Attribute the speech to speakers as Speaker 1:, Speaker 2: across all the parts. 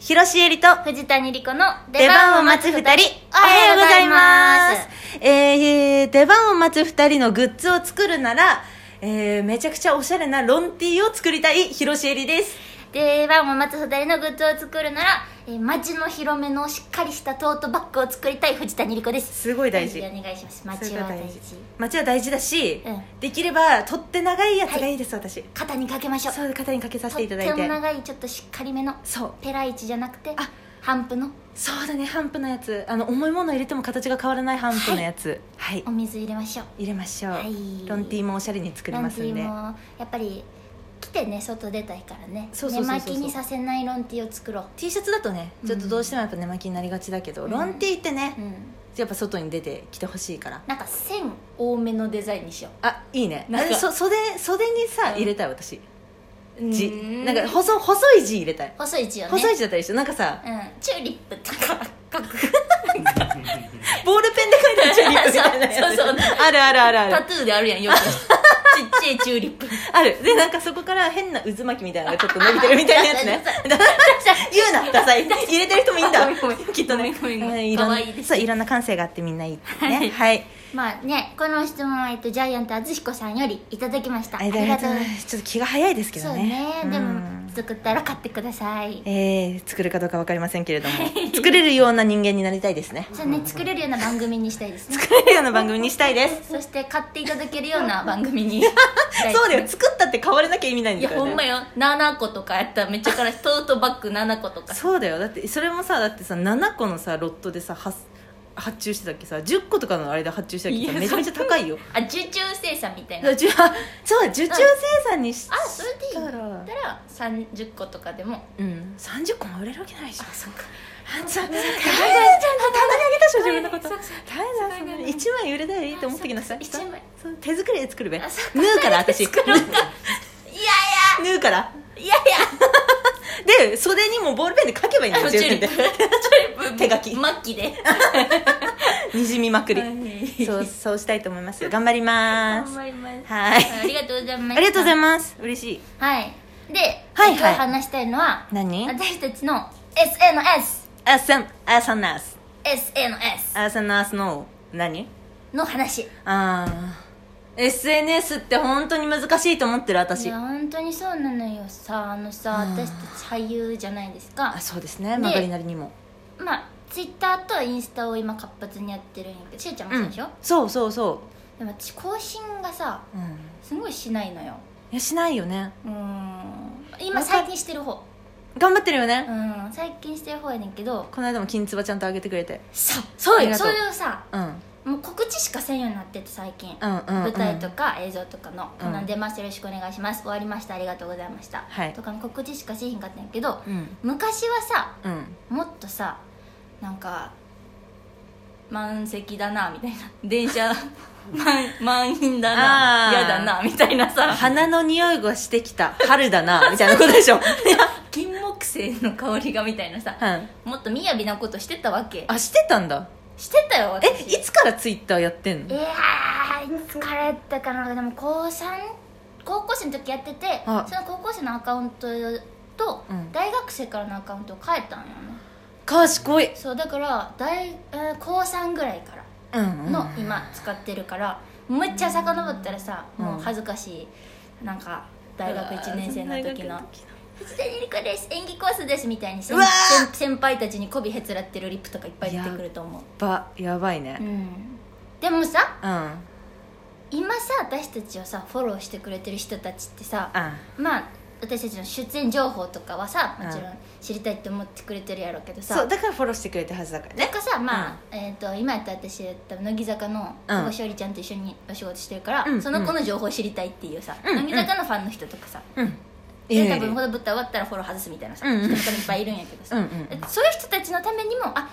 Speaker 1: 広しえりと
Speaker 2: 藤谷莉子の
Speaker 1: 出番を待つ二人
Speaker 2: おはようございます
Speaker 1: えー、出番を待つ二人のグッズを作るなら、えー、めちゃくちゃおしゃれなロンティーを作りたい広しえりです
Speaker 2: 出番を待つ二人のグッズを作るなら、えー、街の広めのしっかりしたトートバッグを作りたい藤谷莉子です
Speaker 1: すごい大事
Speaker 2: はいお願いします
Speaker 1: そ
Speaker 2: 街
Speaker 1: れ
Speaker 2: は
Speaker 1: が
Speaker 2: 大
Speaker 1: 大
Speaker 2: 事
Speaker 1: 事街は大事だし、
Speaker 2: うん
Speaker 1: できれば取って長いやつがいいです、私
Speaker 2: 肩にかけましょう
Speaker 1: そう肩にかけさせていただ
Speaker 2: と
Speaker 1: い
Speaker 2: って
Speaker 1: て
Speaker 2: も長いちょっとしっかりめの
Speaker 1: そう
Speaker 2: ペライチじゃなくて
Speaker 1: あ
Speaker 2: ハンプの
Speaker 1: そうだねハンプのやつあの重いもの入れても形が変わらないハンプのやつはい、
Speaker 2: お水入れましょう
Speaker 1: 入れましょう、
Speaker 2: はい
Speaker 1: ロンティーもおしゃれに作り
Speaker 2: ラ
Speaker 1: ま
Speaker 2: ン
Speaker 1: す
Speaker 2: ティ
Speaker 1: ん
Speaker 2: ー
Speaker 1: で
Speaker 2: もやっぱり来てね外出たいからね
Speaker 1: そうそうそうそうそう
Speaker 2: 寝巻きにさせないロンティーを作ろう
Speaker 1: T シャツだとねちょっとどうしてもやっぱ寝巻きになりがちだけど、
Speaker 2: うん
Speaker 1: ロンティーってね、
Speaker 2: うん
Speaker 1: やっぱ外に出てきてほしいから
Speaker 2: なんか線多めのデザインにしよ
Speaker 1: あいいね
Speaker 2: なんか
Speaker 1: あれそ袖袖にさ、
Speaker 2: うん
Speaker 1: 入れたい私
Speaker 2: う
Speaker 1: 字
Speaker 2: うん
Speaker 1: なんか細細い字入れたい、
Speaker 2: 細い字をね
Speaker 1: 細い字だったりしてなんかさ
Speaker 2: うん、チューリップとか書く
Speaker 1: ボールペンで書いたチューリップみたいなやつ
Speaker 2: そうそうそう
Speaker 1: あるあ るあるあ
Speaker 2: タ
Speaker 1: る
Speaker 2: トゥーであるやんよ くちっちゃいチューリップ
Speaker 1: あるでなんかそこから変な渦巻きみたいなのがちょっと伸びてるみたいなやつ ね 言うなダサい入れてる人もいいんだ
Speaker 2: ごめんごめん
Speaker 1: きっとね
Speaker 2: ごめんごめん
Speaker 1: うんいろん
Speaker 2: 可
Speaker 1: な
Speaker 2: 愛いです
Speaker 1: そういろんな感性があってみんないいね
Speaker 2: は
Speaker 1: はいい、
Speaker 2: まあねこの質問は、えっと、ジャイアント厚彦さんよりいただきました
Speaker 1: ありがとうございますちょっと気が早いですけ
Speaker 2: そ
Speaker 1: ど
Speaker 2: う
Speaker 1: ね
Speaker 2: ね、で
Speaker 1: う
Speaker 2: も
Speaker 1: ん
Speaker 2: 作ったら買ってください
Speaker 1: えー作るかどうか分かりませんけれども作れるような人間になりたいです ね
Speaker 2: そうね作れるような番組にしたいですね
Speaker 1: 作れるような番組にしたいです
Speaker 2: そして買っていただけるような番組に
Speaker 1: そうだよ作ったって買われなきゃ意味ないん
Speaker 2: い
Speaker 1: だか
Speaker 2: や
Speaker 1: ら、
Speaker 2: ほ
Speaker 1: ね、
Speaker 2: んまよ7個とかやったらめっちゃからトートバッグ7個とか
Speaker 1: そうだよだってそれもさだってさ7個のさロットでさ発発注してたっけさ10個とかのあれで発注してたっけ
Speaker 2: い
Speaker 1: さ
Speaker 2: や
Speaker 1: めちゃめちゃ高いよ
Speaker 2: あ受注生産みたい
Speaker 1: だか
Speaker 2: な
Speaker 1: らじゅ あそうだ受注生産にし
Speaker 2: あそれでいい
Speaker 1: した
Speaker 2: だっ
Speaker 1: ら
Speaker 2: たら30個とかでも
Speaker 1: うん30個も売れるわけないでしょ
Speaker 2: そうか
Speaker 1: あんた棚にあげたでしょ自分のこと
Speaker 2: そう
Speaker 1: 大
Speaker 2: そう
Speaker 1: 変だそんなの一枚売れたらいいと思ったけどさ
Speaker 2: あそうか一枚
Speaker 1: そう手作りで作るべ縫
Speaker 2: あそう
Speaker 1: うから私 縫
Speaker 2: 作ろうかいや
Speaker 1: うから
Speaker 2: いやいやいや
Speaker 1: で袖にもボールペンで書けばいいんだよ
Speaker 2: チ
Speaker 1: 自
Speaker 2: ューリ
Speaker 1: 分
Speaker 2: ップ
Speaker 1: で
Speaker 2: チ ューリップ
Speaker 1: 手書 き
Speaker 2: 末期で
Speaker 1: にじみまくり、
Speaker 2: はい
Speaker 1: そうそうしたいと思います頑張ります
Speaker 2: 張ります
Speaker 1: はい
Speaker 2: ありがとうございます
Speaker 1: ありがとうござい
Speaker 2: ま
Speaker 1: ます嬉しい
Speaker 2: すはいで
Speaker 1: はいはい
Speaker 2: 今日話したいのは
Speaker 1: 何
Speaker 2: 私たちの SNS
Speaker 1: アサンアサナス
Speaker 2: SNS
Speaker 1: アサナスの何
Speaker 2: の話
Speaker 1: ああ SNS って本当に難しいと思ってる
Speaker 2: い
Speaker 1: 私
Speaker 2: や本当にそうなのよさあのさ
Speaker 1: うん
Speaker 2: 私たち俳優じゃないですか
Speaker 1: あそうですね
Speaker 2: で
Speaker 1: 曲がりなりにも
Speaker 2: まあツイッターとインスタを今活発にやってるんやけどしえちゃんもそうでしょ、
Speaker 1: そうそうそ
Speaker 2: でも私更新がさ
Speaker 1: う、うん、
Speaker 2: すごいしないのよ
Speaker 1: いやしないよね
Speaker 2: うーん今最近してる方
Speaker 1: 頑張ってるよね、
Speaker 2: うん最近してる方やねんけど
Speaker 1: この間も金つばちゃんとあげてくれて
Speaker 2: そう
Speaker 1: あ
Speaker 2: そう
Speaker 1: り
Speaker 2: よ
Speaker 1: がと
Speaker 2: そうういうさ
Speaker 1: うんうん
Speaker 2: もう告知しかせんようになってて最近、
Speaker 1: うんうん
Speaker 2: 舞台とか映像とかの「
Speaker 1: うん
Speaker 2: こんなん出ますよろしくお願いします終わりましたありがとうございました」
Speaker 1: はい
Speaker 2: とかの告知しかせえへんかったんやけど
Speaker 1: うん
Speaker 2: 昔はさ
Speaker 1: うん
Speaker 2: もっとさなんか満席だなみたいな 電車満満員だ
Speaker 1: あ
Speaker 2: な
Speaker 1: ー
Speaker 2: 嫌だなみたいなさ
Speaker 1: 花の匂いがしてきた春だなみ たいなことでしょ、うん、
Speaker 2: 金木犀の香りがみたいなさもっと雅なことしてたわけ
Speaker 1: あしてたんだ
Speaker 2: してたよ
Speaker 1: え
Speaker 2: 私
Speaker 1: いつからツイッターやってん
Speaker 2: い
Speaker 1: の
Speaker 2: やーいつからやったかなでも高3高校生の時やっててその
Speaker 1: あ
Speaker 2: 高校生のアカウントと
Speaker 1: うん
Speaker 2: 大学生からのアカウントを変えたんよね、
Speaker 1: 賢い、
Speaker 2: そうだから大、えー高3ぐらいから
Speaker 1: うんうん、
Speaker 2: の今使ってるからむっちゃ遡ったらさ、
Speaker 1: うん
Speaker 2: もう恥ずかしいなんか大学1年生の時の「藤谷莉子です演技コースです」みたいに先
Speaker 1: うわ
Speaker 2: 先先輩たちに媚びへつらってるリップとかいっぱい出てくると思う
Speaker 1: ばやばいね
Speaker 2: うんでもさ
Speaker 1: うん、あ
Speaker 2: 今さ私たちをさフォローしてくれてる人たちってさまあ私たちの出演情報とかはさもちろ
Speaker 1: うん
Speaker 2: 知りたいって思ってくれてるやろうけどさ
Speaker 1: そうだからフォローしてくれたはずだから
Speaker 2: なん
Speaker 1: ね
Speaker 2: かさ、まあえー、と今やったら私多分乃木坂の
Speaker 1: うん
Speaker 2: 小しおりちゃんと一緒にお仕事してるから、
Speaker 1: うん
Speaker 2: その子の情報を知りたいっていうさ、
Speaker 1: うん
Speaker 2: 乃木坂のファンの人とかさ、
Speaker 1: うん
Speaker 2: で多分この舞台終わったらフォロー外すみたいなさ、
Speaker 1: うんうん
Speaker 2: 人とかいっぱいいるんやけどさ、
Speaker 1: うんうんうん
Speaker 2: そういう人たちのためにもあ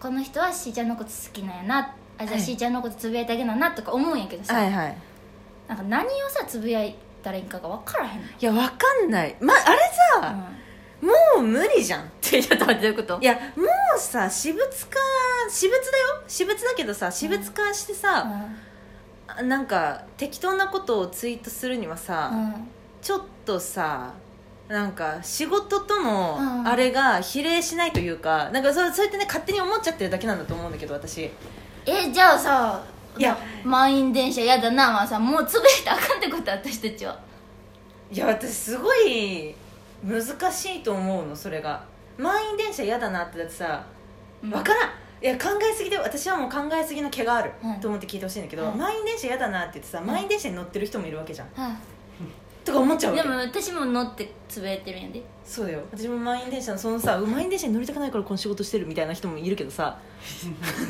Speaker 2: この人はしーちゃんのこと好きなんやなあじゃ
Speaker 1: は
Speaker 2: あ
Speaker 1: い
Speaker 2: しーちゃんのことつぶやいてあげななとか思うんやけどさ、
Speaker 1: はいはい
Speaker 2: なんか何をさつぶやいたらいいんかが分からへんの、
Speaker 1: いやわかんない、ま、あれさ、
Speaker 2: う
Speaker 1: もう無理じゃん
Speaker 2: ん、ちょっと待ってどういうこと
Speaker 1: いやもうさ私物化私物だよ私物だけどさ私物化してさ、なんか適当なことをツイートするにはさ、
Speaker 2: うんうん
Speaker 1: ちょっとさなんか仕事と
Speaker 2: うん
Speaker 1: のあれが比例しないというか、なんかそうそうやってね勝手に思っちゃってるだけなんだと思うんだけど私
Speaker 2: えじゃあさ
Speaker 1: いや
Speaker 2: 満員電車やだなまあさもう潰れたらあかんってこと私たちはい
Speaker 1: や私すごい難しいと思うのそれが満員電車嫌だなってだってさ
Speaker 2: うん
Speaker 1: 分からんいや考えすぎで私はもう考えすぎの毛がある、
Speaker 2: うん
Speaker 1: と思って聞いてほしいんだけど、
Speaker 2: うん
Speaker 1: 満員電車嫌だなって言ってさ
Speaker 2: ん
Speaker 1: 満員電車に乗ってる人もいるわけじゃん、
Speaker 2: は
Speaker 1: とか思っちゃ
Speaker 2: あ
Speaker 1: うわ
Speaker 2: で
Speaker 1: け
Speaker 2: も私も乗って潰れてるんやで
Speaker 1: そうだよ私も満員電車のそのさう満員電車に乗りたくないからこの仕事してるみたいな人もいるけどさ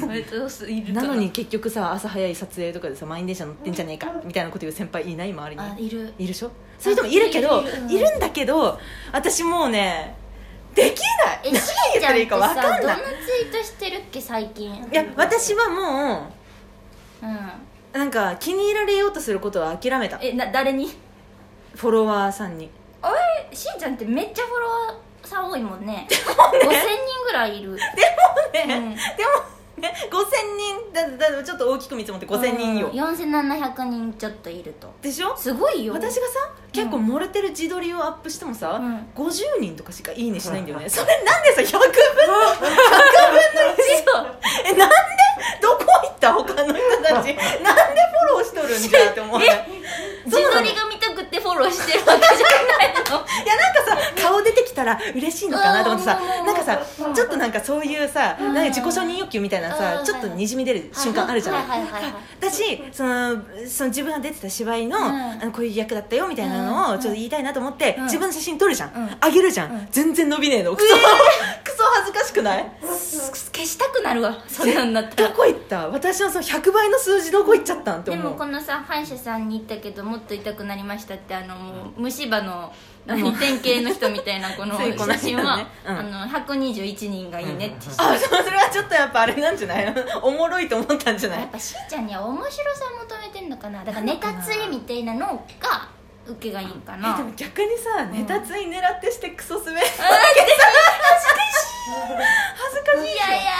Speaker 2: 割とすいるか
Speaker 1: なのに結局さ朝早い撮影とかでさ満員電車乗ってんじゃねえかみたいなこと言う先輩いない周りに
Speaker 2: あいる
Speaker 1: いるでしょそういう人もいるけど
Speaker 2: いるいるうん
Speaker 1: いるんだけど私もうねできない
Speaker 2: え
Speaker 1: 何
Speaker 2: し
Speaker 1: 言
Speaker 2: げ
Speaker 1: っ
Speaker 2: ち
Speaker 1: た
Speaker 2: ゃ
Speaker 1: ら
Speaker 2: んっ
Speaker 1: いい
Speaker 2: て
Speaker 1: か
Speaker 2: さ
Speaker 1: 分かん
Speaker 2: ど
Speaker 1: な
Speaker 2: んないツイートしてるっけ最近
Speaker 1: いや私はも
Speaker 2: うん
Speaker 1: うなんか気に入られようとすることは諦めた
Speaker 2: えな誰に
Speaker 1: フォロワーさんに
Speaker 2: あれしんちゃんってめっちゃフォロワーさん多いも んね5000人ぐらいいる
Speaker 1: でも
Speaker 2: うん
Speaker 1: ね5000人だだちょっと大きく見積もって5000人よ
Speaker 2: うん4700人ちょっといると
Speaker 1: でしょ
Speaker 2: すごいよ
Speaker 1: 私がさ結構漏れてる自撮りをアップしてもさ、
Speaker 2: うん
Speaker 1: 50人とかしか「いいね」しないんだよね、それなんでさ100分の 100分の1えなんでどこ行った他の人 たちなんでフォローしとるんじゃって思うね
Speaker 2: 自撮りが見たくてフォローしてるわけじゃないの
Speaker 1: いやなんかさ顔出てきたら嬉しいのかなと思ってさ
Speaker 2: うん
Speaker 1: なんかさちょっとなんかそういうさ
Speaker 2: うん
Speaker 1: なんか自己承認欲求みたいな
Speaker 2: う
Speaker 1: さ
Speaker 2: ん
Speaker 1: ちょっとにじみ出る瞬間あるじゃない
Speaker 2: はいはいはいはいはい
Speaker 1: 私そのその自分が出てた芝居の,、
Speaker 2: うん
Speaker 1: あのこういう役だったよみたいなの
Speaker 2: う
Speaker 1: を
Speaker 2: ん
Speaker 1: ちょっと言いたいなと思って、
Speaker 2: うん
Speaker 1: 自分の写真撮るじゃん、
Speaker 2: うん
Speaker 1: あげるじゃん、
Speaker 2: うん
Speaker 1: 全然伸びねえのクソ,、 クソ恥ずかしくない
Speaker 2: 消したくなるわそんなんだった
Speaker 1: ど
Speaker 2: ら
Speaker 1: こ行った私のその100倍の数字どこ行っちゃったんって
Speaker 2: で
Speaker 1: 思
Speaker 2: も
Speaker 1: う
Speaker 2: このさ歯医者さんに行ったけどもっと痛くなりましたってあのもう虫歯の 何典型の人みたいなこの
Speaker 1: ついこの間ね
Speaker 2: 写真は、
Speaker 1: うん
Speaker 2: あの121人がいいねって、
Speaker 1: あそうそれはちょっとやっぱあれなんじゃない おもろいと思ったんじゃない
Speaker 2: やっぱしーちゃんには面白さ求めてんのかなだからネタついみたいなのが受けがいいんか
Speaker 1: え
Speaker 2: な
Speaker 1: でも逆にさネタつい狙ってしてクソすべ恥ずかしい恥ずかしい
Speaker 2: い
Speaker 1: よ
Speaker 2: やいや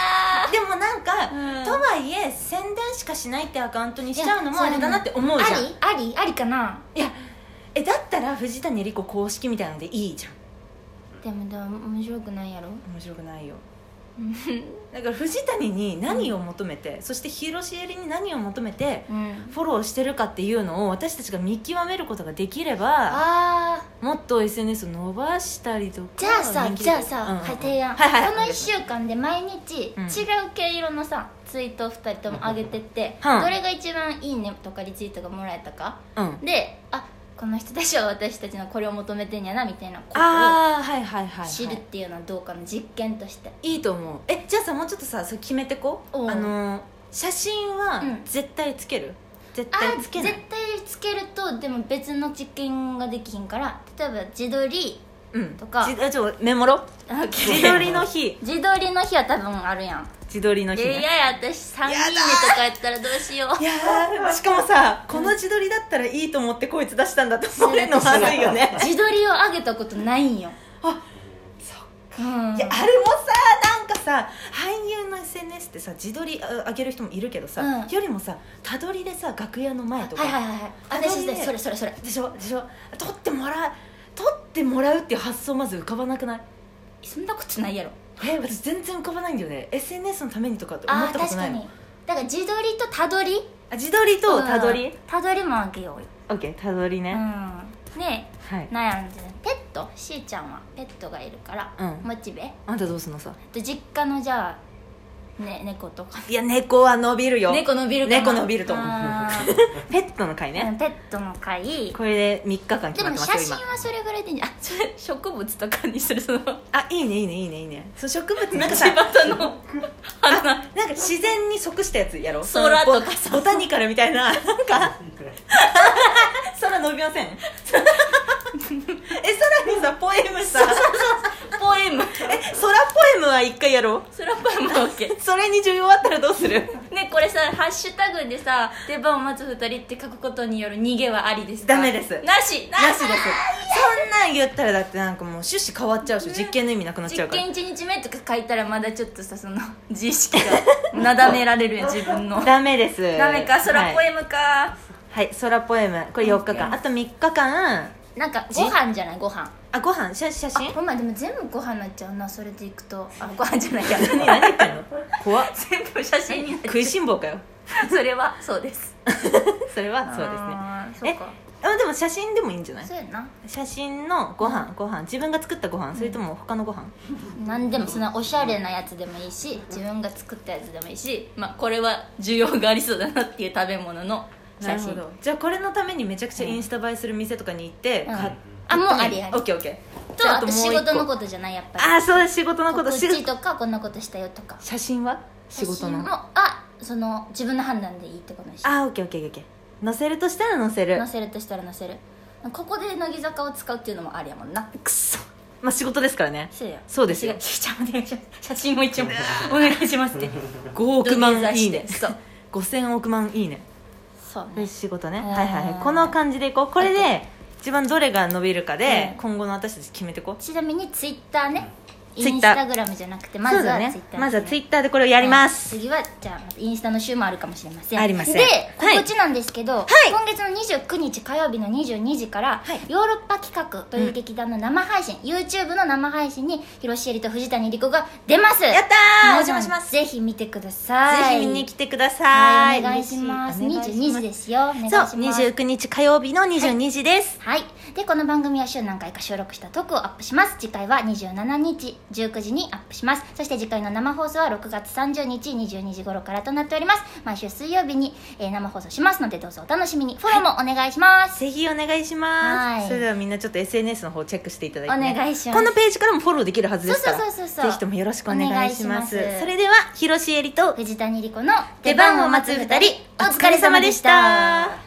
Speaker 1: でもなんか、
Speaker 2: うん
Speaker 1: とはいえ宣伝しかしないってアカウントにしちゃうのもあれだなって思うじゃんい
Speaker 2: ありありありかな
Speaker 1: やえだったら藤谷莉子公式みたいなのでいいじゃん
Speaker 2: でもでも面白くないやろ
Speaker 1: 面白くないよだから藤谷に何を求めて、そして広重りに何を求めて
Speaker 2: うん
Speaker 1: フォローしてるかっていうのを私たちが見極めることができれば
Speaker 2: ああ
Speaker 1: もっと SNS を伸ばしたりとか
Speaker 2: じゃあさ
Speaker 1: 人気
Speaker 2: じゃあさ、
Speaker 1: うんうんうん
Speaker 2: はい提案、
Speaker 1: はいはい
Speaker 2: この1週間で毎日違
Speaker 1: うん
Speaker 2: う毛色のさ、ツイートを2人とも上げてって、
Speaker 1: うん
Speaker 2: どれが一番いいねとかリツイートがもらえたか
Speaker 1: うん
Speaker 2: であこの人たちは私たちのこれを求めてんやなみたいなことを
Speaker 1: ああはいはいはい、はい、
Speaker 2: 知るっていうのはどうかの実験として
Speaker 1: いいと思うえじゃあさもうちょっとさそれ決めてこ
Speaker 2: おう
Speaker 1: あのー写真は
Speaker 2: うん
Speaker 1: 絶対つける、絶
Speaker 2: あ
Speaker 1: 対
Speaker 2: ー
Speaker 1: つけない
Speaker 2: 絶対つけるとでも別の実験ができひんから例えば自撮り
Speaker 1: うん
Speaker 2: とか
Speaker 1: じあちょメモろ
Speaker 2: あ
Speaker 1: 自撮りの日
Speaker 2: 自撮りの日は多分あるやん
Speaker 1: 自撮りの
Speaker 2: い
Speaker 1: 日、
Speaker 2: やい
Speaker 1: ね、
Speaker 2: や私3人でとかやったらどうしよう
Speaker 1: いやーしかもさこの自撮りだったらいいと思ってこいつ出したんだと思うのまずいよね
Speaker 2: 自撮りを上げたことないんよ
Speaker 1: あ
Speaker 2: そっか、うん、
Speaker 1: いやあれもさなんかさ俳優の SNS ってさ自撮りあ上げる人もいるけどさ、
Speaker 2: うん
Speaker 1: よりもさたどりでさ楽屋の前とか、
Speaker 2: はいはいはいはい私
Speaker 1: 自撮りね
Speaker 2: それそれそれ
Speaker 1: でしょでしょ撮ってもらう撮ってもらうっていう発想まず浮かばなくない
Speaker 2: そんなことないやろ
Speaker 1: え私全然浮かばないんだよね SNS のためにとかって思
Speaker 2: あ
Speaker 1: っ
Speaker 2: ー
Speaker 1: たこと
Speaker 2: 確
Speaker 1: な
Speaker 2: か
Speaker 1: い
Speaker 2: に
Speaker 1: の
Speaker 2: だから自撮りとたどり
Speaker 1: あ自撮りと
Speaker 2: うん
Speaker 1: たどり
Speaker 2: たどりもあげようよ
Speaker 1: OK たどり
Speaker 2: う
Speaker 1: ね、
Speaker 2: んね
Speaker 1: はい
Speaker 2: 悩んでるペットしーちゃんはペットがいるから、
Speaker 1: うん
Speaker 2: モチベ
Speaker 1: あんたどうすんのさ
Speaker 2: で実家のじゃあ、ね、猫とか
Speaker 1: いや猫は伸びるよ
Speaker 2: 猫伸びるかな
Speaker 1: 猫伸びると思う
Speaker 2: あ
Speaker 1: ペットの会
Speaker 2: ーう
Speaker 1: ね
Speaker 2: んペットの会
Speaker 1: これで3日間
Speaker 2: で
Speaker 1: 決まっ
Speaker 2: も
Speaker 1: てま
Speaker 2: 写
Speaker 1: す
Speaker 2: 真
Speaker 1: よ今
Speaker 2: はそれぐらいでいいんじ ゃんあそれ植物とかにするその
Speaker 1: あいいねいいねいいねいいねそう植 物なんかさ
Speaker 2: たの花
Speaker 1: なんか自然に即したやつやろ
Speaker 2: 空とか
Speaker 1: そのボボタニカルみたいななん か空伸びません えさらにさポエムさ
Speaker 2: ポエ
Speaker 1: え
Speaker 2: ム
Speaker 1: 空ポエムは1回やろう
Speaker 2: それはポエムなわけ
Speaker 1: それに需要あったらどうする
Speaker 2: ねこれさハッシュタグでさ出番を待つ二人って書くことによる逃げはありですか
Speaker 1: ダメです
Speaker 2: なし
Speaker 1: なしですそんなん言ったらだってなんかもう趣旨変わっちゃうし実験の意味なくなっちゃ
Speaker 2: 実
Speaker 1: うから
Speaker 2: 験1日目とか書いたらまだちょっとさその自意識がなだめられ るよ自分の
Speaker 1: ダメです
Speaker 2: ダメか空ポ
Speaker 1: ム
Speaker 2: エムか、
Speaker 1: はい、はい、空ポエムこれ4日間あと3日間
Speaker 2: なんか
Speaker 1: じ
Speaker 2: ご飯じゃないご飯
Speaker 1: あご飯写写真
Speaker 2: あほんまでも全部ご飯になっちゃうなそれでいく とあご飯じゃないや
Speaker 1: 何何言って んの怖っ
Speaker 2: 全部写真になっちゃ
Speaker 1: 食いしん坊かよ
Speaker 2: うそれはそうです
Speaker 1: それはそうですね
Speaker 2: あーそうか
Speaker 1: あでも写真でもいいんじゃない
Speaker 2: そうやな
Speaker 1: 写真のご飯ご飯自分が作ったご飯それとも他のご飯
Speaker 2: 何でもそんなおしゃれなやつでもいいし自分が作ったやつでもいいし、まあ、これは需要がありそうだなっていう食べ物の写真
Speaker 1: じゃあこれのためにめちゃくちゃインスタ映えする店とかに行って
Speaker 2: うん
Speaker 1: 買っ
Speaker 2: あもうありあり
Speaker 1: オッケーオッケー
Speaker 2: とあと仕事の
Speaker 1: と
Speaker 2: ことじゃないやっぱり
Speaker 1: ああそうだ仕事のこと
Speaker 2: 告
Speaker 1: 仕事
Speaker 2: 知とかこんなことしたよとか
Speaker 1: 写真は仕事の
Speaker 2: 写真もあその自分の判断でいいってことにして
Speaker 1: あーオッケーオッケーオッケー載せるとしたら載せる
Speaker 2: 載せるとしたら載せるここで乃木坂を使うっていうのもありやもんな
Speaker 1: くっそまあ仕事ですからね
Speaker 2: そうや
Speaker 1: そうですよ
Speaker 2: 私がひーちゃんお願いします写真も一応お願いし ますって
Speaker 1: 5億万いいね
Speaker 2: そう
Speaker 1: 5000億万いいね
Speaker 2: そう
Speaker 1: で
Speaker 2: ね
Speaker 1: 仕事ね
Speaker 2: うん
Speaker 1: はいはいはいこの感じでいこうこれ
Speaker 2: オッ
Speaker 1: で一番どれが伸びるかで
Speaker 2: うん
Speaker 1: 今後の私たち決めていこう
Speaker 2: ちなみにツイッターねイ
Speaker 1: ツイ
Speaker 2: ン
Speaker 1: ッ
Speaker 2: ス
Speaker 1: ター
Speaker 2: タグラムじゃなくてまず
Speaker 1: そうだ
Speaker 2: は
Speaker 1: ね
Speaker 2: ツイッター
Speaker 1: まずはツイ
Speaker 2: タ
Speaker 1: ッターでこれをやります
Speaker 2: 次はじゃあまたインスタの週もあるかもしれません
Speaker 1: ありません
Speaker 2: で
Speaker 1: はい
Speaker 2: 告知なんですけど、
Speaker 1: い
Speaker 2: 今月の29日火曜日の22時から、
Speaker 1: はい
Speaker 2: ヨーロッパ企画という劇団の生配信、YouTube の生配信に広瀬絵里と藤谷莉子が出ます
Speaker 1: やったーお
Speaker 2: 皆さん
Speaker 1: 邪魔します
Speaker 2: ぜひ見てください
Speaker 1: ぜひ見に来てくださ
Speaker 2: はいいお願いします
Speaker 1: 嬉しいお願いし
Speaker 2: 22時ですよお願いし
Speaker 1: そう
Speaker 2: ます
Speaker 1: 29日火曜日の22時です
Speaker 2: はいでこの番組は週何回か収録したトークをアップします次回は27日19時にアップしますそして次回の生放送は6月30日22時頃からとなっております毎週水曜日に、えー生放送しますのでどうぞお楽しみにフォローもお願いします、
Speaker 1: ぜひお願いします、
Speaker 2: はい
Speaker 1: それではみんなちょっと SNS の方チェックしていただいて、ね、
Speaker 2: お願いします
Speaker 1: このページからもフォローできるはずですから
Speaker 2: そうそうそうそうそう
Speaker 1: ぜひともよろしくお願いします
Speaker 2: お願いします
Speaker 1: それでは広瀬絵里と
Speaker 2: 藤谷莉子の
Speaker 1: 出番を待つ二人お疲れ様でした